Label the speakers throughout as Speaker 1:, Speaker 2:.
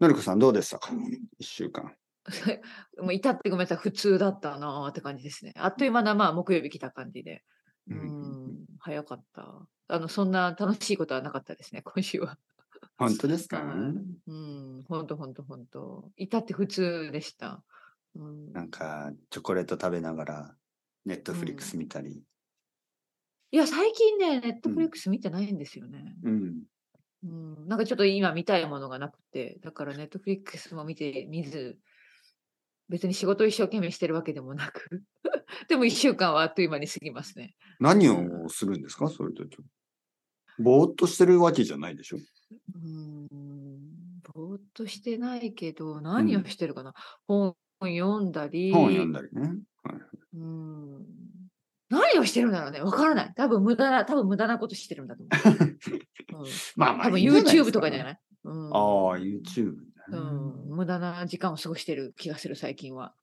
Speaker 1: のりこさんどうでしたか ?1 週間。
Speaker 2: もう至ってごめんなさい、普通だったなーって感じですね。あっという間な、まあ、木曜日来た感じで。う
Speaker 1: うんうんうん
Speaker 2: ん、早かった。あの、そんな楽しいことはなかったですね、 今週は。
Speaker 1: 本当ですか、
Speaker 2: はいうん、ほんとほんとほんと。至って普通でした。うん、
Speaker 1: なんか、チョコレート食べながら、ネットフリックス見たり。
Speaker 2: いや、最近ね、ネット
Speaker 1: うん
Speaker 2: フリックス見てないんですよね。
Speaker 1: うん。
Speaker 2: うん、なんかちょっと今見たいものがなくて、だからネットフリックスも見て見ず、別に仕事を一生懸命してるわけでもなく、 でも一週間はあっという間に過ぎますね。
Speaker 1: 何をするんですかそういう時はぼーっとしてるわけじゃないでしょ
Speaker 2: うん、ぼーっとしてないけど、何をしてるかな、本読んだり、
Speaker 1: 本を読んだりね。はい
Speaker 2: うん、何をしてるんだろうね、わからない。多分無駄な、多分無駄なことしてるんだと 思う。うん、
Speaker 1: まあまあ、
Speaker 2: 多分
Speaker 1: いいんじゃないです
Speaker 2: YouTube とかじゃ
Speaker 1: い
Speaker 2: ない、うん、
Speaker 1: ああ、YouTube
Speaker 2: う
Speaker 1: ね。
Speaker 2: ん、無駄な時間を過ごしてる気がする、最近は。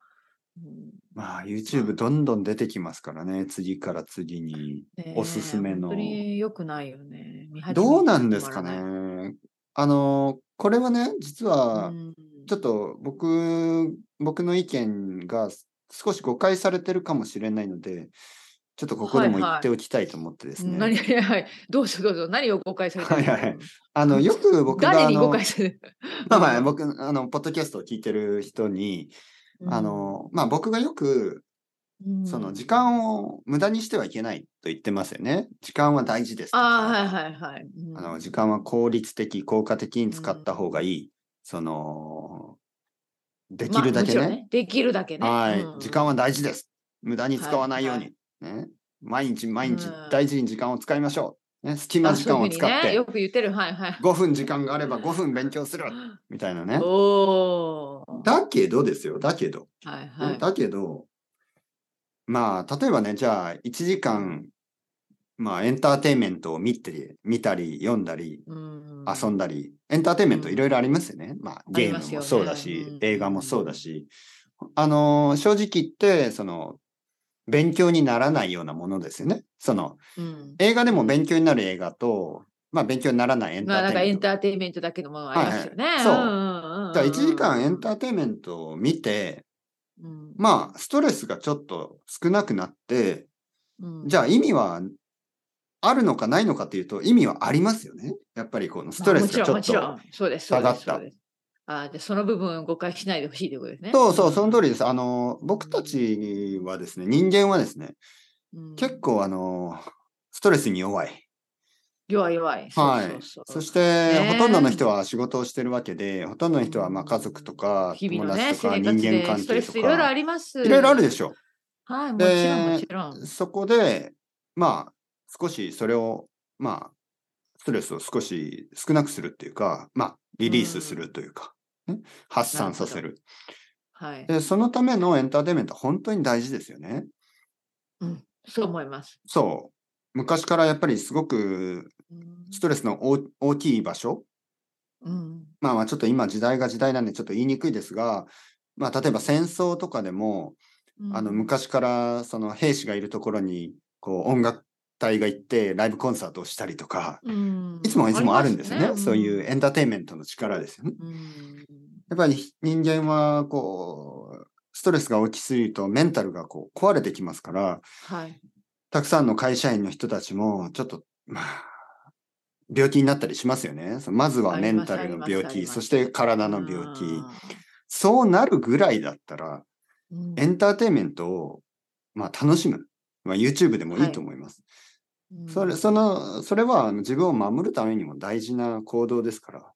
Speaker 2: うん
Speaker 1: まあ、YouTube どんどん出てきますからね。次から次に。
Speaker 2: ね
Speaker 1: おすすめ
Speaker 2: 本
Speaker 1: の
Speaker 2: 当に良くないよね。見始めて
Speaker 1: どうなんです
Speaker 2: 止ま
Speaker 1: から
Speaker 2: ない。
Speaker 1: ね。あの、これはね、実は、ちょっと僕、僕の意見が少し誤解されてるかもしれないので、ちょっとここで
Speaker 2: は
Speaker 1: も
Speaker 2: い
Speaker 1: 言
Speaker 2: はい
Speaker 1: っておきたいと思ってです
Speaker 2: うん
Speaker 1: ね。
Speaker 2: 何 はいはいどうぞどうぞ何を誤解されてる
Speaker 1: はいはいあの、よく僕が、
Speaker 2: 誰に
Speaker 1: あ
Speaker 2: 誤
Speaker 1: の
Speaker 2: 解されてる
Speaker 1: まあまあ、僕、あの、ポッドキャストを聞いてる人に、あ、の、まあ僕がよく、
Speaker 2: うん
Speaker 1: その
Speaker 2: う
Speaker 1: 時。
Speaker 2: ん
Speaker 1: 間を無駄にしてはいけないと言ってますよね。時間は大事ですとか。
Speaker 2: ああはいはいはい。うん
Speaker 1: あの時間は効率的、効果的に使った方がいい。その、できるだ
Speaker 2: まあ
Speaker 1: け
Speaker 2: もちろん
Speaker 1: ね。
Speaker 2: できるだけね。
Speaker 1: はい、
Speaker 2: うん
Speaker 1: 時間は大事です。無駄に使わないように。ね、毎日毎日
Speaker 2: うん
Speaker 1: 大事に時間を使いましょう。ね、隙間
Speaker 2: あ
Speaker 1: 時間を使
Speaker 2: そういうふう
Speaker 1: っ
Speaker 2: にね
Speaker 1: て
Speaker 2: よ、く言ってるはいはい。
Speaker 1: 5分時間があれば5分勉強するみたいなね。
Speaker 2: おお。
Speaker 1: だけどですよ、だけど。
Speaker 2: はいはい。
Speaker 1: だけど、まあ、例えばね、じゃあ、1時間、まあ、エンターテインメントを見て、見たり、読んだり、
Speaker 2: うん
Speaker 1: 遊んだり、エンターテインメントいろいろありますよね。まあ、
Speaker 2: あ
Speaker 1: ゲ
Speaker 2: り
Speaker 1: ー
Speaker 2: ます
Speaker 1: ム
Speaker 2: よ
Speaker 1: も
Speaker 2: ね
Speaker 1: そうだ
Speaker 2: うん、
Speaker 1: し映画もそうだし、あのー、正直言って、その、勉強にならないようなものですよね。その、
Speaker 2: うん
Speaker 1: 映画でも勉強になる映画と、まあ、勉強にならないエンタ
Speaker 2: まあなん
Speaker 1: ー
Speaker 2: か
Speaker 1: テイ
Speaker 2: エ
Speaker 1: ンメン
Speaker 2: ン
Speaker 1: ト。
Speaker 2: ターテインメントだけのものありますよね。
Speaker 1: はいはいそう
Speaker 2: ん
Speaker 1: ん
Speaker 2: んん
Speaker 1: だから1時間エンターテインメントを見て、
Speaker 2: うん
Speaker 1: まあ、ストレスがちょっと少なくなって、
Speaker 2: うん
Speaker 1: じゃあ意味はあるのかないのかっていうと、意味はありますよね。やっぱりこのストレスがちょ
Speaker 2: まあも
Speaker 1: っ
Speaker 2: ち
Speaker 1: と。
Speaker 2: ろん、もちろんそうです。
Speaker 1: 下がった
Speaker 2: そうですそうですああ、で、その部分を誤解しないでほしいということですね。
Speaker 1: そうそう、その通りです。あの、僕たちはですね、人間はですね、
Speaker 2: うん
Speaker 1: 結構あの、ストレスに弱い。
Speaker 2: 弱い弱い。そう
Speaker 1: はい。
Speaker 2: そ
Speaker 1: そう
Speaker 2: そう
Speaker 1: して、
Speaker 2: ねえ
Speaker 1: ほとんどの人は仕事をしてるわけで、ほとんどの人はまあ
Speaker 2: うん
Speaker 1: 家族とか、
Speaker 2: 日々
Speaker 1: 友
Speaker 2: のね、
Speaker 1: 達とか、
Speaker 2: 生
Speaker 1: 人
Speaker 2: 活
Speaker 1: 間
Speaker 2: で
Speaker 1: 関
Speaker 2: ストレ
Speaker 1: 係と
Speaker 2: スいろいろあ
Speaker 1: か、
Speaker 2: ります。
Speaker 1: いろいろあるでしょ
Speaker 2: はい、もちろん
Speaker 1: で
Speaker 2: もちろん。
Speaker 1: う。そこで、まあ、少しそれを、まあ、ストレスを少し少なくするっていうか、まあ、リリースするというか、ね発散させる。
Speaker 2: はい。
Speaker 1: で、そのためのエンターテインメントは本当に大事ですよね。
Speaker 2: うん、そう思います。
Speaker 1: そう。昔からやっぱりすごくストレスの大大きい場所、
Speaker 2: うん。
Speaker 1: まあまあちょっと今時代が時代なんでちょっと言いにくいですが、まあ例えば戦争とかでも、
Speaker 2: うん
Speaker 1: あの、昔からその兵士がいるところにこう音楽隊が行ってライブコンサートをしたりとか、
Speaker 2: うん
Speaker 1: いつもいつもあるんですよね。
Speaker 2: ります
Speaker 1: そういうエンターテインメントの力ですよね。
Speaker 2: うん
Speaker 1: やっぱり人間はこう、ストレスが大きすぎるとメンタルがこう壊れてきますから、
Speaker 2: はい。
Speaker 1: たくさんの会社員の人たちも、ちょっと、まあ、病気になったりしますよね。そのまずは
Speaker 2: あ
Speaker 1: メ
Speaker 2: りま
Speaker 1: ン
Speaker 2: す
Speaker 1: タルの
Speaker 2: あり
Speaker 1: 病
Speaker 2: ますあり
Speaker 1: 気、
Speaker 2: ます
Speaker 1: そして体の病気。そうなるぐらいだったら、
Speaker 2: うん
Speaker 1: エンターテインメントを、まあ、楽しむ。まあ、YouTube でもい
Speaker 2: はいい
Speaker 1: と思います。
Speaker 2: うん
Speaker 1: それ、その、それはあの自分を守るためにも大事な行動ですから。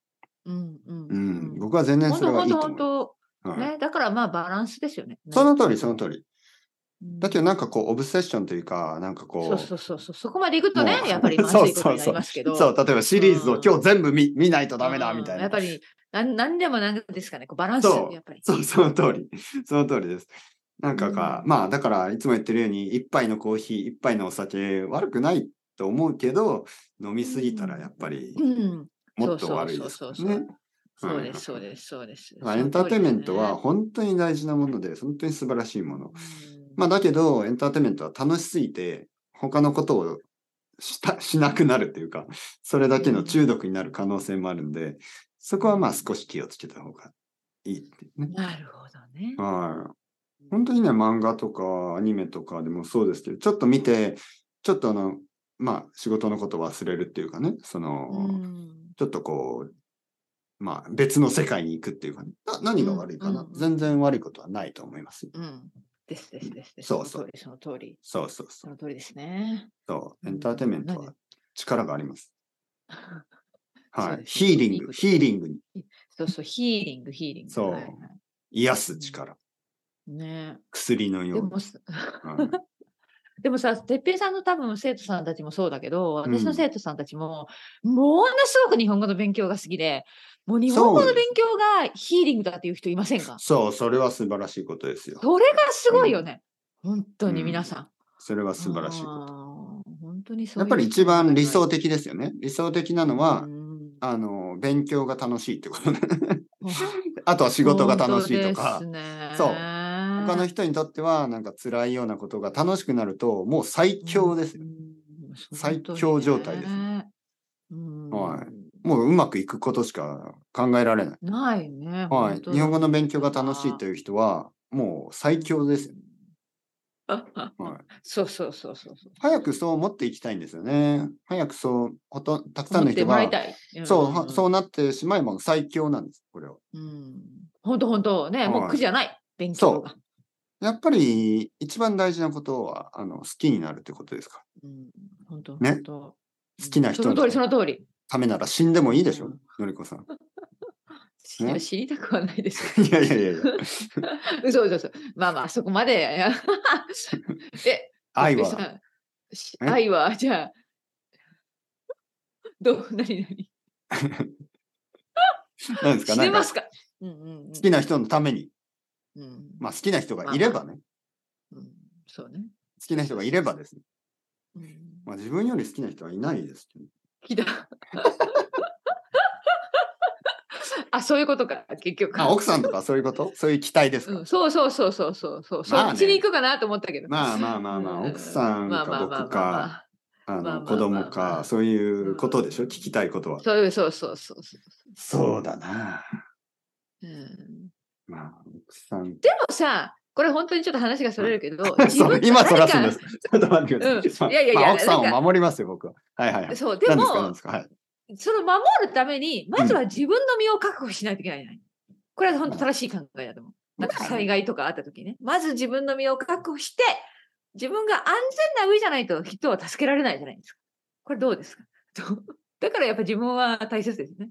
Speaker 2: うんうん
Speaker 1: う。
Speaker 2: うんん。
Speaker 1: 僕は全然
Speaker 2: 本
Speaker 1: それ
Speaker 2: 当
Speaker 1: はい
Speaker 2: 本
Speaker 1: い
Speaker 2: 当
Speaker 1: と
Speaker 2: 本
Speaker 1: 思う。
Speaker 2: 当。
Speaker 1: はい
Speaker 2: ね、だからまあバランスですよね。
Speaker 1: その通り、その通り。
Speaker 2: り
Speaker 1: だけどなんかこう、オブセッションというか、なんかこう、
Speaker 2: そうそうそうそう、そこまでいくと
Speaker 1: もう
Speaker 2: ね、やっぱりまず
Speaker 1: そう
Speaker 2: いこと
Speaker 1: そ
Speaker 2: に
Speaker 1: う
Speaker 2: なり
Speaker 1: そう
Speaker 2: ますけど。
Speaker 1: そう、例えばシリーズ
Speaker 2: う
Speaker 1: を
Speaker 2: ん
Speaker 1: 今日全部見見ないとダメだ
Speaker 2: うん
Speaker 1: みたい
Speaker 2: や
Speaker 1: な
Speaker 2: っ。ぱり、なんなんでもなんかですかね、こうバランス、
Speaker 1: そう
Speaker 2: やっぱり。
Speaker 1: そう、 その通り。その通りです。なんかか、
Speaker 2: うん
Speaker 1: まあだからいつも言ってるように、一杯のコーヒー、一杯のお酒、悪くないと思うけど、飲みすぎたらやっぱり
Speaker 2: うん、
Speaker 1: もっと悪いです
Speaker 2: そ
Speaker 1: か
Speaker 2: うそうそ
Speaker 1: ら
Speaker 2: うそう
Speaker 1: ね。
Speaker 2: そうです、そうです、そうです。
Speaker 1: だからエンターテインメントは
Speaker 2: そ
Speaker 1: 本当に大事なもので、本当に素晴らしいもの
Speaker 2: の。通りですね、
Speaker 1: まあだけど、エンターテインメントは楽しすぎて、他のことをしたしなくなるというか、それだけの中毒になる可能性もあるんで、そこはまあ少し気をつけた方がいいっていうね。
Speaker 2: なるほどね。
Speaker 1: はい。本当にね、漫画とかアニメとかでもそうですけど、ちょっと見て、ちょっとあの、まあ仕事のことを忘れるっていうかね、その、
Speaker 2: うん
Speaker 1: ちょっとこう、まあ別の世界に行くっていうかね、な何が悪いかな、
Speaker 2: うんうんうん
Speaker 1: 全然悪いことはないと思いますよ。
Speaker 2: うん。ですですですです。
Speaker 1: そうそう
Speaker 2: その通り、
Speaker 1: そうそうそ。
Speaker 2: そうの通り、その通りですね。
Speaker 1: そう
Speaker 2: う
Speaker 1: エ
Speaker 2: ん
Speaker 1: ンターテインメントは力があります。
Speaker 2: そ
Speaker 1: は
Speaker 2: う
Speaker 1: い。
Speaker 2: です
Speaker 1: ヒ
Speaker 2: ね
Speaker 1: ーリング、ヒーリングに
Speaker 2: そうそう、ヒーリング、ヒーリング。
Speaker 1: そう
Speaker 2: はいはい
Speaker 1: 癒す力、
Speaker 2: ね
Speaker 1: 薬の
Speaker 2: え。
Speaker 1: よ
Speaker 2: で
Speaker 1: うに。
Speaker 2: もさ、
Speaker 1: はい
Speaker 2: でもさ、哲平さんの多分生徒さんたちもそうだけど、
Speaker 1: うん
Speaker 2: 私の生徒さんたちも、ものすごく日本語の勉強が好きで、もう日本語
Speaker 1: そう
Speaker 2: の
Speaker 1: で
Speaker 2: 勉強がヒーリングだっていう人いませんか
Speaker 1: そう、それは素晴らしいことですよ。
Speaker 2: それがすごいよね。本当に皆さん。
Speaker 1: それは素晴らしいこと。
Speaker 2: と。本当にそう
Speaker 1: や
Speaker 2: い
Speaker 1: っ
Speaker 2: う
Speaker 1: ぱり一番理想
Speaker 2: 人
Speaker 1: 的ですよね。理想的なの
Speaker 2: が
Speaker 1: は、
Speaker 2: うん
Speaker 1: あの、勉強が楽しいってことね。 あとは仕事が楽しいとか、
Speaker 2: 本当ですね
Speaker 1: そう他の人にとっては、なんか辛いようなことが楽しくなると、もう最強ですよ。
Speaker 2: うん
Speaker 1: 最強状態です
Speaker 2: 本
Speaker 1: ね
Speaker 2: 当にねうん
Speaker 1: はもううまくいくことしか考えられない。
Speaker 2: ないね。
Speaker 1: は
Speaker 2: 本当だ
Speaker 1: い。日本語の勉強が楽しいという人は、もう最強ですよ。はい
Speaker 2: そうそうそうそうそう。
Speaker 1: 早くそう思っていきたいんですよね。早くそう、ほとんたくさん
Speaker 2: 思
Speaker 1: の
Speaker 2: って
Speaker 1: 人
Speaker 2: もら
Speaker 1: が
Speaker 2: い、たい。ん
Speaker 1: そう、はそうなってしまえば最強なんです、これは。
Speaker 2: うん。本当本当ね、も
Speaker 1: は
Speaker 2: う
Speaker 1: い
Speaker 2: 苦じゃない。勉強が。
Speaker 1: やっぱり一番大事なことはあの好きになるってことですか。
Speaker 2: うん本当
Speaker 1: ね
Speaker 2: 本当。
Speaker 1: 好きな人
Speaker 2: その通り、そ
Speaker 1: の
Speaker 2: の通り。
Speaker 1: ためなら死んでもいいでしょ、
Speaker 2: うん
Speaker 1: のりこ さん。
Speaker 2: いや知りたくはないですけど。
Speaker 1: いやいや いやいや、
Speaker 2: 嘘嘘嘘。まあまあ、そこ まで。いやえ、
Speaker 1: 愛
Speaker 2: 哲平
Speaker 1: は。
Speaker 2: さんし
Speaker 1: え
Speaker 2: 愛は、 じゃあ、どう、 なになに
Speaker 1: 何ですか
Speaker 2: 死
Speaker 1: な
Speaker 2: ね
Speaker 1: んか
Speaker 2: ます
Speaker 1: 好
Speaker 2: かうんうんうん。
Speaker 1: きな人のために、
Speaker 2: うん
Speaker 1: まあ、好きな人がいればね、
Speaker 2: うんそうね。
Speaker 1: 好きな人がいればですね、
Speaker 2: うん
Speaker 1: まあ、自分より好きな人はいないですけど、
Speaker 2: 来た。 あ、そういうことか、結局。
Speaker 1: あ奥さんとかそうい うことそういう期待ですか、
Speaker 2: うん、そうそうそうそうそうそう、
Speaker 1: まあね
Speaker 2: そっちに行くかなと思ったけど。
Speaker 1: まあまあまあまあ
Speaker 2: うん
Speaker 1: 奥さんか
Speaker 2: まあまあまあ
Speaker 1: 僕かあ
Speaker 2: まあまあ
Speaker 1: の
Speaker 2: まあ
Speaker 1: 子供
Speaker 2: ま
Speaker 1: か
Speaker 2: あ
Speaker 1: そういうことでしょ、
Speaker 2: うん
Speaker 1: 聞きたいことは。
Speaker 2: そういうそうそうそうそ
Speaker 1: そうだな。
Speaker 2: う、うん。で
Speaker 1: まあ奥さん
Speaker 2: もさ、これ本当にちょっと話がそれるけど、自
Speaker 1: そう
Speaker 2: 分
Speaker 1: 今そ
Speaker 2: 誰
Speaker 1: ら
Speaker 2: か
Speaker 1: すんです。ちょっと待ってください。
Speaker 2: うんいやいやいや
Speaker 1: まあ奥さん
Speaker 2: なんか
Speaker 1: を守りますよ、僕は。はいはいはい。
Speaker 2: そう、で
Speaker 1: 何ですか何
Speaker 2: も
Speaker 1: です、かはい。
Speaker 2: その守るために、まずは自分の身を確保しないといけないじゃない。これは本当正しい考えだと思う。なんか災害とかあった時ね、まず自分の身を確保して、自分が安全な上じゃないと人は助けられないじゃないですか。これどうですか どうだからやっぱ自分は大切ですね。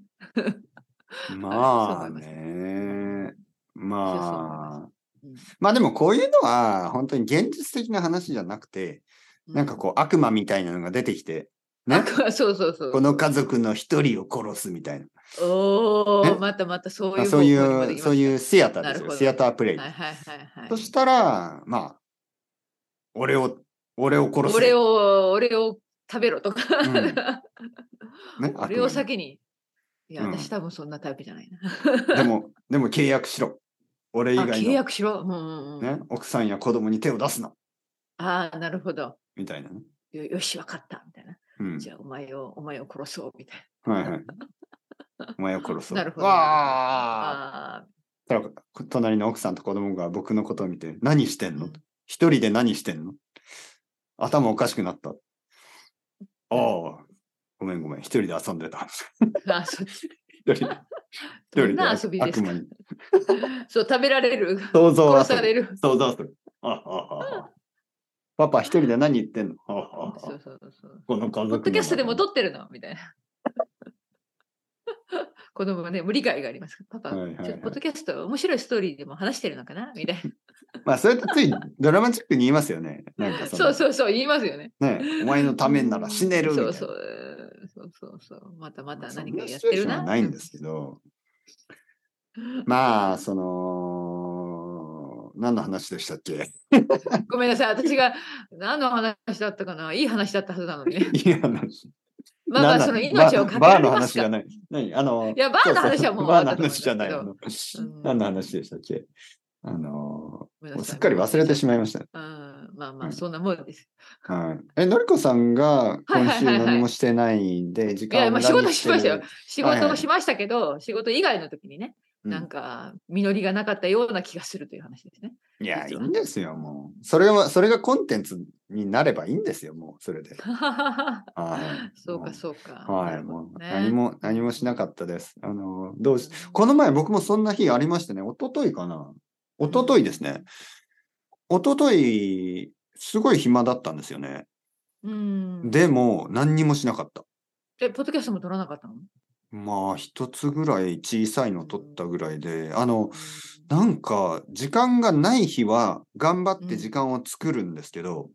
Speaker 1: まあ
Speaker 2: そう思います
Speaker 1: ね。
Speaker 2: そうそう思い
Speaker 1: まあ。
Speaker 2: うん
Speaker 1: まあでもこういうのは本当に現実的な話じゃなくて、なんかこう悪魔みたいなのが出てきて、
Speaker 2: う
Speaker 1: ね
Speaker 2: ん、、悪はそうそうそう。
Speaker 1: この家族の一人を殺すみたいな。
Speaker 2: おお、
Speaker 1: ね
Speaker 2: またまたそう
Speaker 1: ま
Speaker 2: い
Speaker 1: あ
Speaker 2: う
Speaker 1: そう
Speaker 2: 方向にまで行
Speaker 1: いう、
Speaker 2: き
Speaker 1: そういうシアターで
Speaker 2: な
Speaker 1: す
Speaker 2: る
Speaker 1: よ。
Speaker 2: ほど
Speaker 1: シアタープレイ
Speaker 2: ま。したはいはいはいはい。
Speaker 1: そしたら、まあ、俺を、俺を殺す。
Speaker 2: 俺を、俺を食べろとか、
Speaker 1: うんねね、
Speaker 2: 俺を
Speaker 1: 悪魔に
Speaker 2: 先に。いや、
Speaker 1: うん
Speaker 2: 私多分そんなタイプじゃないな。
Speaker 1: でも、でも契約しろ。俺以
Speaker 2: あ
Speaker 1: 外
Speaker 2: 契
Speaker 1: の。
Speaker 2: 約しろ。うんうんうん、
Speaker 1: ね、奥さんや子供に手を出すな
Speaker 2: ああ、なるほど。
Speaker 1: みたいなね。
Speaker 2: よよし、わかった。みたいな。
Speaker 1: うん、
Speaker 2: じゃあ、お前を、お前を殺そう。みたい
Speaker 1: は いはい。お前を殺そう。
Speaker 2: なるほどな。
Speaker 1: わあ
Speaker 2: あ
Speaker 1: たら隣の奥さんと子供が僕のことを見て、何して
Speaker 2: ー
Speaker 1: ん
Speaker 2: う
Speaker 1: の、
Speaker 2: ん
Speaker 1: 一人で何してんの頭おかしくなった。ああ、ごめんごめん。一人で遊ん でた。
Speaker 2: あ、そっち。
Speaker 1: 一人で。
Speaker 2: どんな
Speaker 1: 一
Speaker 2: 遊
Speaker 1: 人
Speaker 2: び
Speaker 1: で
Speaker 2: です
Speaker 1: 悪
Speaker 2: か
Speaker 1: 魔に。
Speaker 2: そう、食べられ る。
Speaker 1: 想像
Speaker 2: 殺
Speaker 1: 遊
Speaker 2: され
Speaker 1: び。
Speaker 2: る。
Speaker 1: 想像する。ああああパパ一人で何言ってんのあああ
Speaker 2: そ
Speaker 1: あ
Speaker 2: うそうそう。
Speaker 1: この家族
Speaker 2: ポ
Speaker 1: の
Speaker 2: ッドキャストでも撮ってるのみたいな。 子供はね、無理解がありますから。パパ、
Speaker 1: はいはいはい
Speaker 2: ちょっとポッドキャスト、面白いストーリーでも話してるのかなみたいな。
Speaker 1: まあ、それってついドラマチックに言いますよね。なん かその
Speaker 2: そうそうそう、言いますよね。
Speaker 1: ね、お前のためなら死ねるみたい
Speaker 2: そ
Speaker 1: な。
Speaker 2: うそう。そうそうそう。またまた
Speaker 1: そん
Speaker 2: 何か
Speaker 1: な
Speaker 2: やって
Speaker 1: シチュエー
Speaker 2: る
Speaker 1: ション
Speaker 2: な。
Speaker 1: はないんですけど、まあ、その、何の話でしたっけ
Speaker 2: ごめんなさい、私が何の話だったかな、いい話だったはずなのにね。
Speaker 1: いい話。
Speaker 2: まあま
Speaker 1: な
Speaker 2: あ、
Speaker 1: んだ
Speaker 2: その命をかけら
Speaker 1: バーバーの
Speaker 2: れま
Speaker 1: 話
Speaker 2: す
Speaker 1: じ
Speaker 2: から。
Speaker 1: ゃない。何あの
Speaker 2: い、や、バーの話はもう
Speaker 1: そうそう
Speaker 2: 終
Speaker 1: バーの
Speaker 2: わったと思うんですけ
Speaker 1: 話じゃ
Speaker 2: ど
Speaker 1: ない。あの
Speaker 2: うん
Speaker 1: 何の話でしたっけあの
Speaker 2: ごめんな
Speaker 1: ーもう
Speaker 2: さい
Speaker 1: すっかり忘れてしまいました。
Speaker 2: うんまあま
Speaker 1: う
Speaker 2: あ、
Speaker 1: ん
Speaker 2: そんなもんです。
Speaker 1: はい。え、のりこさんが
Speaker 2: はい
Speaker 1: 今
Speaker 2: はい
Speaker 1: 週
Speaker 2: はいはい
Speaker 1: 何もしてないんで、時
Speaker 2: いや、ま
Speaker 1: 間を
Speaker 2: あ
Speaker 1: 無
Speaker 2: 仕
Speaker 1: 駄
Speaker 2: 事
Speaker 1: に
Speaker 2: して
Speaker 1: る
Speaker 2: ましたよ。。仕
Speaker 1: はいはい
Speaker 2: 事もしましたけど、仕事以外の時にね、
Speaker 1: うん
Speaker 2: なんか、実りがなかったような気がするという話ですね。
Speaker 1: いや、い
Speaker 2: 実
Speaker 1: い
Speaker 2: は
Speaker 1: んですよ、もう。それは、それがコンテンツになればいいんですよ、もう、それで。はい
Speaker 2: そうか、
Speaker 1: も
Speaker 2: そうか。な
Speaker 1: はい、
Speaker 2: るほど
Speaker 1: もう
Speaker 2: ね
Speaker 1: 何も、何もしなかったです。あの、どうし、この前僕もそんな日ありましたね。一昨日かな一昨日ですね。一昨日すごい暇だったんですよね。
Speaker 2: うん。
Speaker 1: でも、何にもしなかった。
Speaker 2: え、ポッドキャストも撮らなかったの
Speaker 1: まあ、一つぐらい小さいの撮ったぐらいで、あの、なんか、時間がない日は、頑張って時間を作るんですけど、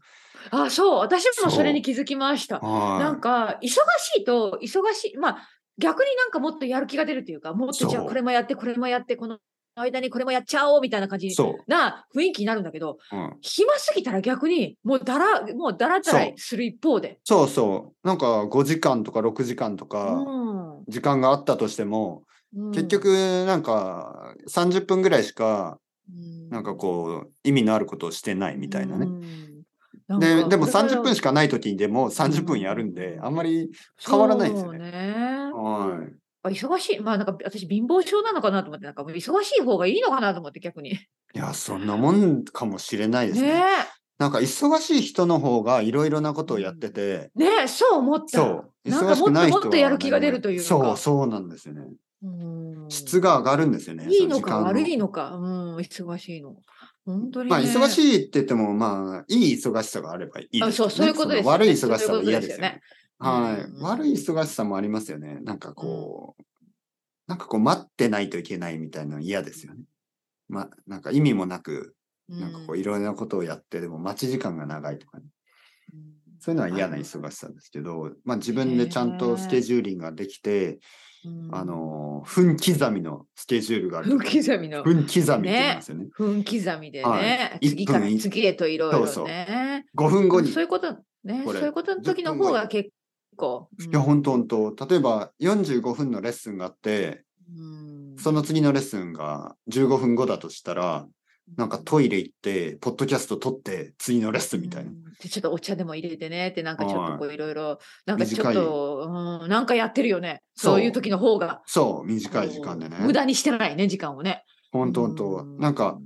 Speaker 2: あ、そう、私もそれに気づきました。な
Speaker 1: は
Speaker 2: んか、忙しいと、忙しい、まあ、逆になんかもっとやる気が出るというか、もっとじゃあ
Speaker 1: そう
Speaker 2: これもやって、これもやって、この間にこれもやっちゃおうみたいな感
Speaker 1: い。
Speaker 2: じ
Speaker 1: そ
Speaker 2: な雰囲気になるんだけど、
Speaker 1: う。うん
Speaker 2: 暇すぎたら逆に、もうだら、もうだらだら
Speaker 1: そう
Speaker 2: する一方で。
Speaker 1: そうそう。なんか、5時間とか6時間とか、
Speaker 2: う
Speaker 1: 時間があったとしても、
Speaker 2: ん
Speaker 1: 結、局、なんか、30分ぐらいしか、
Speaker 2: な
Speaker 1: なんかこう、意味のあることをしてな
Speaker 2: う
Speaker 1: い
Speaker 2: ん、
Speaker 1: みたいなね。
Speaker 2: なんか。
Speaker 1: で、でも
Speaker 2: だから
Speaker 1: 30分しかない時にでも30分やるんで、
Speaker 2: うん
Speaker 1: あんまり変わらないですよね。
Speaker 2: そうね
Speaker 1: はい。
Speaker 2: あ忙しい。まあなんか私貧乏症なのかなと思って、なんかもう忙しい方がいいのかなと思って逆に。
Speaker 1: いや、そんなもんかもしれないです
Speaker 2: ね
Speaker 1: ね。なんか忙しい人の方がいろいろなことをやってて、
Speaker 2: え。ねえ、そう思った。
Speaker 1: そう。
Speaker 2: なん
Speaker 1: 忙
Speaker 2: か
Speaker 1: し
Speaker 2: も
Speaker 1: く
Speaker 2: っ
Speaker 1: ない
Speaker 2: と
Speaker 1: 人
Speaker 2: も
Speaker 1: は
Speaker 2: っとやる気が出るというか。
Speaker 1: そう、そうなんですよね。
Speaker 2: うん
Speaker 1: 質が上がるんですよね。
Speaker 2: いいのか
Speaker 1: そ時間
Speaker 2: 悪いのか。うん、忙しいの。本当に、ね。
Speaker 1: まあ、忙し
Speaker 2: い。
Speaker 1: いって言っても、まあ、いい忙しさがあればいいですよね、
Speaker 2: あそうそういうことですよね
Speaker 1: その悪い忙しさは嫌ですよね。
Speaker 2: そういうこと
Speaker 1: は
Speaker 2: ですよね
Speaker 1: い、
Speaker 2: うん
Speaker 1: 悪い忙しさもありますよね。なんかこう、なんかこう、待ってないといけないみたいなの嫌ですよね。ま、なんか意味もなく、なんかこう、いろいろなことをやって、でも待ち時間が長いとかね。
Speaker 2: うん
Speaker 1: そういうのは嫌な忙しさですけど、まあ自分でちゃんとスケジューリングができて、
Speaker 2: うん
Speaker 1: あの、分刻みのスケジュールがあると
Speaker 2: 分
Speaker 1: か。
Speaker 2: 刻みの。
Speaker 1: 分刻みって言うんですよね。
Speaker 2: 分刻みでね。
Speaker 1: はい
Speaker 2: 次から
Speaker 1: 一分一
Speaker 2: 次へといろいろね。
Speaker 1: そうそう5分後に
Speaker 2: そういうこと、ね、
Speaker 1: こ
Speaker 2: そう
Speaker 1: れ
Speaker 2: いうことの時の
Speaker 1: 10分後
Speaker 2: 方
Speaker 1: に
Speaker 2: が結構。
Speaker 1: いや、本当本当例えば、45分のレッスンがあって、
Speaker 2: うん
Speaker 1: その次のレッスンが15分後だとしたら、なんかトイレ行って、ポッドキャスト撮って、次のレッスンみたいな
Speaker 2: う。んでちょっとお茶でも入れてねって、なんかちょっとこういろいろ、なんかちょ
Speaker 1: 短
Speaker 2: っ
Speaker 1: い
Speaker 2: と、うん、なんかやってるよね。
Speaker 1: そう
Speaker 2: そういう時の方が。
Speaker 1: そう、短い時間でね
Speaker 2: うん。無駄にしてないね、時間をね。
Speaker 1: 本当本
Speaker 2: う
Speaker 1: 当なんか、、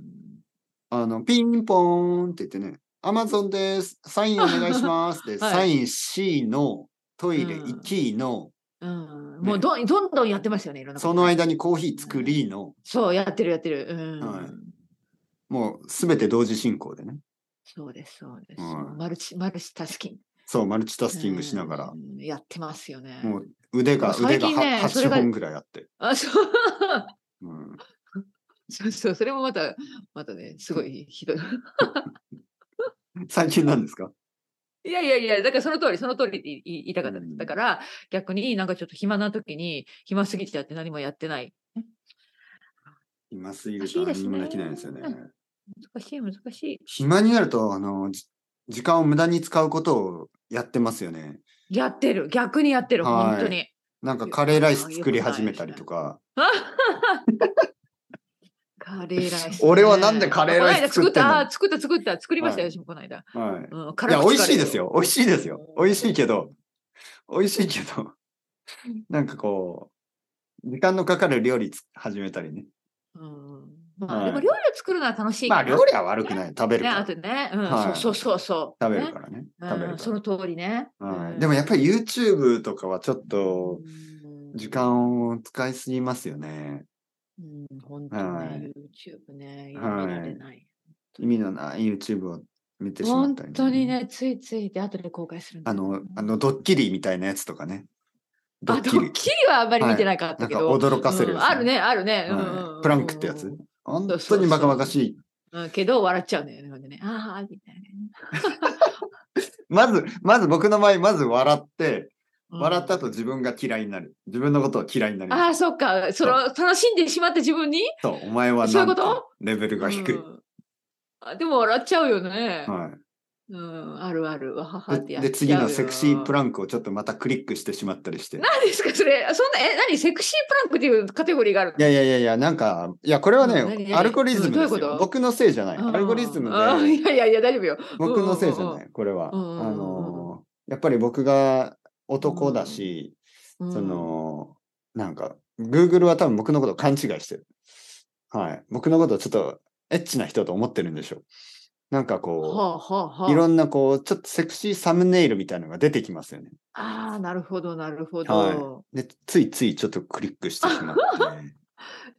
Speaker 1: あの、ピンポーンって言ってね、アマゾンです。サインお願いします。
Speaker 2: は
Speaker 1: で、
Speaker 2: い
Speaker 1: サイン C のトイレ
Speaker 2: うん
Speaker 1: 行きの、
Speaker 2: うん、
Speaker 1: ね
Speaker 2: もうどんどんどんやってますよね、いろんなこと
Speaker 1: その間にコーヒー作りの、
Speaker 2: そう、やってるやってる。うん。
Speaker 1: はいもうすべて同時進行でね。
Speaker 2: そうです、そうです。
Speaker 1: はい
Speaker 2: マルチ、マルチタスキング。
Speaker 1: そう、マルチタスキングしながら
Speaker 2: う、んやってますよね。
Speaker 1: もう腕が、
Speaker 2: でも最
Speaker 1: 腕が
Speaker 2: 近ね
Speaker 1: は
Speaker 2: それ
Speaker 1: 8
Speaker 2: が
Speaker 1: 本ぐらいあって。
Speaker 2: あ、そう。
Speaker 1: うん
Speaker 2: そうそう、それもまた、またね、すごいひどい。
Speaker 1: 最近なんですか
Speaker 2: いやいやいや、だからその通り、その通りって言い言いたかったで
Speaker 1: うん
Speaker 2: す。だから逆になんかちょっと暇な時に、暇すぎちゃって何もやってない。
Speaker 1: 今すぎ
Speaker 2: る
Speaker 1: る
Speaker 2: と
Speaker 1: と
Speaker 2: 何にもで
Speaker 1: 何にもで
Speaker 2: き
Speaker 1: き
Speaker 2: な
Speaker 1: ない
Speaker 2: で
Speaker 1: いですす
Speaker 2: よ
Speaker 1: よ
Speaker 2: ね
Speaker 1: ね。
Speaker 2: 難しい、難しい。
Speaker 1: 暇になると、あの、じ時間を無駄に使うことをやってますよね。
Speaker 2: やってる、逆にやってる、
Speaker 1: はい
Speaker 2: 本当に。
Speaker 1: なんかカレーライス作り始めたりとか。
Speaker 2: カレーライス、
Speaker 1: 俺はなんでカレーライス作ってんの
Speaker 2: この間作った、あー作った、作った、作りましたよ、
Speaker 1: はい
Speaker 2: 私もこの間。
Speaker 1: はい。
Speaker 2: うん、
Speaker 1: い
Speaker 2: 辛
Speaker 1: や、
Speaker 2: 口
Speaker 1: 美味しいです
Speaker 2: カレーを。
Speaker 1: よ。美味しいですよ。美味しいけど、美味しいけど、なんかこう、時間のかかる料理つ始めたりね。
Speaker 2: うんまあ、
Speaker 1: はい
Speaker 2: でも料理を作るのは楽しい
Speaker 1: ま
Speaker 2: か
Speaker 1: あ、
Speaker 2: な。
Speaker 1: 料理は悪くない。食べる
Speaker 2: ね、
Speaker 1: か
Speaker 2: あ
Speaker 1: ら。
Speaker 2: とね、うん
Speaker 1: はい
Speaker 2: そうそうそうそう。
Speaker 1: 食べる
Speaker 2: ね
Speaker 1: からね。
Speaker 2: うん
Speaker 1: 食べるか
Speaker 2: その通りね。
Speaker 1: ら。は
Speaker 2: う
Speaker 1: い。
Speaker 2: ん
Speaker 1: でもやっぱり YouTube とかはちょっと、
Speaker 2: うん
Speaker 1: 時間を使いすぎますよね。
Speaker 2: うん、本当
Speaker 1: は
Speaker 2: ね
Speaker 1: い、
Speaker 2: YouTube ね、や
Speaker 1: はい
Speaker 2: められない。
Speaker 1: 意味のない YouTube を見てしまっ
Speaker 2: 本
Speaker 1: たり、
Speaker 2: 当に。ね、ついついで後で公開するんだ
Speaker 1: あ
Speaker 2: よな
Speaker 1: の、あの、ドッキリみたいなやつとかね。ド
Speaker 2: あ
Speaker 1: ッ
Speaker 2: ド
Speaker 1: キリ
Speaker 2: ッ。キリはあんまり見てなかっ
Speaker 1: な
Speaker 2: た
Speaker 1: ん
Speaker 2: け
Speaker 1: か
Speaker 2: ど、
Speaker 1: 驚かせる
Speaker 2: う
Speaker 1: や
Speaker 2: ん
Speaker 1: つね
Speaker 2: あるね、あるね。うんうんう
Speaker 1: は
Speaker 2: ん
Speaker 1: い。プランクってやつ
Speaker 2: うん。
Speaker 1: 本
Speaker 2: そう
Speaker 1: 当
Speaker 2: そう
Speaker 1: にバカバカしい。
Speaker 2: うんけど笑っちゃうのよね。ほんでねああ、みたいなね。
Speaker 1: まず、まず僕の場合、まず笑って、
Speaker 2: うん
Speaker 1: 笑った後自分が嫌いになる。自分のことを嫌いになり
Speaker 2: あ
Speaker 1: ます。
Speaker 2: あ、そっか。その楽しんでしまった自分に。
Speaker 1: そう、お前は
Speaker 2: そうい
Speaker 1: な
Speaker 2: うんこと
Speaker 1: レベルが低い。
Speaker 2: うんあでも笑っちゃうよね。
Speaker 1: はい。
Speaker 2: うん、あるある。わははって
Speaker 1: で
Speaker 2: やっ
Speaker 1: で、次のセクシープ
Speaker 2: ン
Speaker 1: ランクをちょっとまたクリックしてしまったりして。い
Speaker 2: 何ですか、それ。そんな、え、何セクシープランクっていうカテゴリーがあるの
Speaker 1: やいやいやいや、なんか、いや、これは
Speaker 2: うん何
Speaker 1: ね、
Speaker 2: 何
Speaker 1: アルゴリズム
Speaker 2: どうい
Speaker 1: で
Speaker 2: うこ
Speaker 1: す
Speaker 2: と
Speaker 1: よ。僕のせいじゃない。
Speaker 2: あー
Speaker 1: アルゴリズム
Speaker 2: あー
Speaker 1: で、
Speaker 2: いやいやいや、大丈夫よ。
Speaker 1: 僕のせいじゃ
Speaker 2: うんうん
Speaker 1: ない。これは。あ
Speaker 2: うんうんうん
Speaker 1: の、やっぱり僕が男だし、
Speaker 2: うん
Speaker 1: そ、の、なんか、Google は多分僕のことを勘違いしてる。はい。僕のことをちょっとエッチな人と思ってるんでしょう。なんか
Speaker 2: は
Speaker 1: こ
Speaker 2: あはあはあ。
Speaker 1: う、いろんなこう、ちょっとセクシーサムネイルみたいなのが出てきますよね。
Speaker 2: ああ、なるほど、なるほど。
Speaker 1: はで、ついついちょっとクリックしてし まって。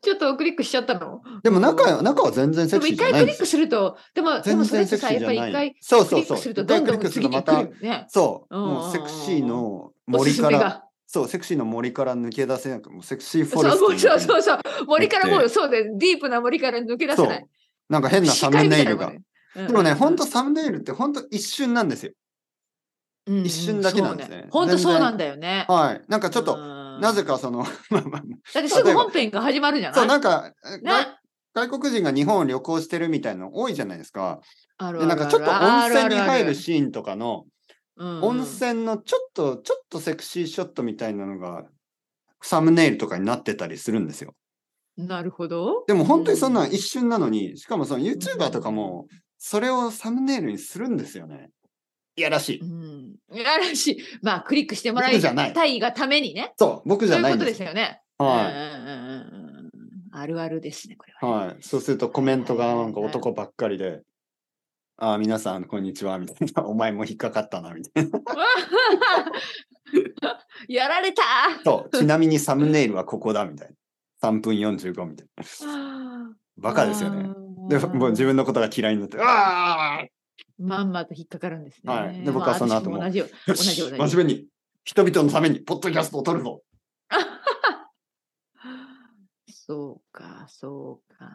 Speaker 2: ちょっとクリックしちゃったの。
Speaker 1: でも中、中は全然
Speaker 2: で
Speaker 1: セ
Speaker 2: も
Speaker 1: クシー
Speaker 2: 一
Speaker 1: じ
Speaker 2: 回
Speaker 1: ゃない
Speaker 2: ク
Speaker 1: ん
Speaker 2: リッ
Speaker 1: ですよ
Speaker 2: ク。すると、でも、でも
Speaker 1: 全
Speaker 2: それっ
Speaker 1: 然
Speaker 2: て
Speaker 1: セク
Speaker 2: さ、
Speaker 1: シー
Speaker 2: や
Speaker 1: じ
Speaker 2: っ
Speaker 1: ゃ
Speaker 2: ぱ
Speaker 1: な
Speaker 2: り一
Speaker 1: い
Speaker 2: 回。
Speaker 1: そう
Speaker 2: ク
Speaker 1: そ
Speaker 2: リ
Speaker 1: う
Speaker 2: ック
Speaker 1: そ
Speaker 2: する
Speaker 1: う。
Speaker 2: とど
Speaker 1: 一回
Speaker 2: んど
Speaker 1: クリッ
Speaker 2: ん
Speaker 1: クす
Speaker 2: 次
Speaker 1: ると
Speaker 2: に
Speaker 1: ま
Speaker 2: 来
Speaker 1: た
Speaker 2: る、よね。
Speaker 1: そう、
Speaker 2: うん
Speaker 1: もうセクシーの森か
Speaker 2: おすすめ
Speaker 1: ら
Speaker 2: が、
Speaker 1: そう、セクシーの森から抜け出せなく、もうセクシーフ
Speaker 2: そう
Speaker 1: ォレストみたい
Speaker 2: そう
Speaker 1: な。
Speaker 2: そうそう。森から
Speaker 1: だ
Speaker 2: も
Speaker 1: っ
Speaker 2: う、
Speaker 1: て
Speaker 2: そうだよ。ディープな森から抜け出せない。
Speaker 1: なんか変なサムネイルが。
Speaker 2: で
Speaker 1: でもね、ほんと、サムネイルってほんと一瞬なんですよ。
Speaker 2: うんうん
Speaker 1: 一瞬だけなんですね
Speaker 2: そうほんとそうなんだよね。
Speaker 1: はい。なんかちょっと、な
Speaker 2: な
Speaker 1: ぜ。かその、まあまあ
Speaker 2: だってすぐ本編が始まるじゃない
Speaker 1: そう、なんか、
Speaker 2: ね
Speaker 1: 外外国人が日本を旅行してるみたいなの多いじゃないですか。
Speaker 2: ある
Speaker 1: で、
Speaker 2: ある
Speaker 1: な
Speaker 2: あ
Speaker 1: ん
Speaker 2: る
Speaker 1: かちょっと温泉に入る
Speaker 2: あ
Speaker 1: シーンとかの、
Speaker 2: るあるある
Speaker 1: 温泉のちょっと、ちょっとセクシーショットみたいなのが、サムネイルとかになってたりするんですよ。
Speaker 2: うんなるほど。
Speaker 1: でも本当にそんなん一瞬なのに、しかもその YouTuber とかも、それをサムネイルにするんですよね。いやらしい。
Speaker 2: うん。いやらしい。まあ、クリックしてもらい
Speaker 1: 僕じゃない
Speaker 2: たいがためにね。
Speaker 1: そう、僕じ
Speaker 2: そう
Speaker 1: ゃ
Speaker 2: いう
Speaker 1: ない
Speaker 2: こ
Speaker 1: ん
Speaker 2: と
Speaker 1: で
Speaker 2: ですすよね。
Speaker 1: は
Speaker 2: うんうんうんうんうん。あるあるですね、これ
Speaker 1: い。
Speaker 2: はね。
Speaker 1: はい。そうするとコメントがなんか
Speaker 2: はいはいはい
Speaker 1: 男ばっかりで、ああ、皆さん、こんにちは、みたいな。 お前も引っかかったな、みたいな。
Speaker 2: やられた
Speaker 1: そう、ちなみにサムネイルはここだ、みたいな。3分45みたいな。バカですよね。。で、もう自。分のことが嫌いになって、ああ
Speaker 2: まんまと引っかかるんですね。
Speaker 1: はいで僕はその後も
Speaker 2: まあ私同じよ。
Speaker 1: よ
Speaker 2: 同じ
Speaker 1: し
Speaker 2: 同じ
Speaker 1: 真面目に、人々のために、ポッドキャストを撮るぞ。
Speaker 2: そうか、そうか。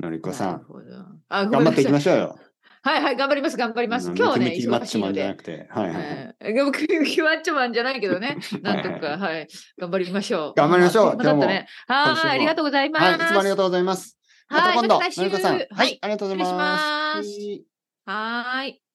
Speaker 1: のりこさ
Speaker 2: なる
Speaker 1: ん、
Speaker 2: ほど。あ、
Speaker 1: 頑張っていきま
Speaker 2: し
Speaker 1: しょうよ。
Speaker 2: ょう。はいはい、頑張ります、頑張ります。
Speaker 1: うん
Speaker 2: 今日はね、
Speaker 1: ムキムキマッ
Speaker 2: 忙し
Speaker 1: チ
Speaker 2: い
Speaker 1: マ
Speaker 2: の
Speaker 1: ンじゃな
Speaker 2: で。
Speaker 1: くて、はいはいはい。
Speaker 2: はい、ムキムキマッチョマンじゃないけど ね、なんと
Speaker 1: は
Speaker 2: か、はい、頑張りましょう。
Speaker 1: 頑張りましょう
Speaker 2: あっという間だったねは
Speaker 1: 今週
Speaker 2: ーい、
Speaker 1: も
Speaker 2: ありがとうございます。
Speaker 1: はい、いつもありがとうございます。また今度、
Speaker 2: はいまた来週
Speaker 1: のりこさん、は
Speaker 2: はいい、
Speaker 1: ありがとうござい
Speaker 2: 失礼し
Speaker 1: ます。
Speaker 2: ます
Speaker 1: はい
Speaker 2: はーい。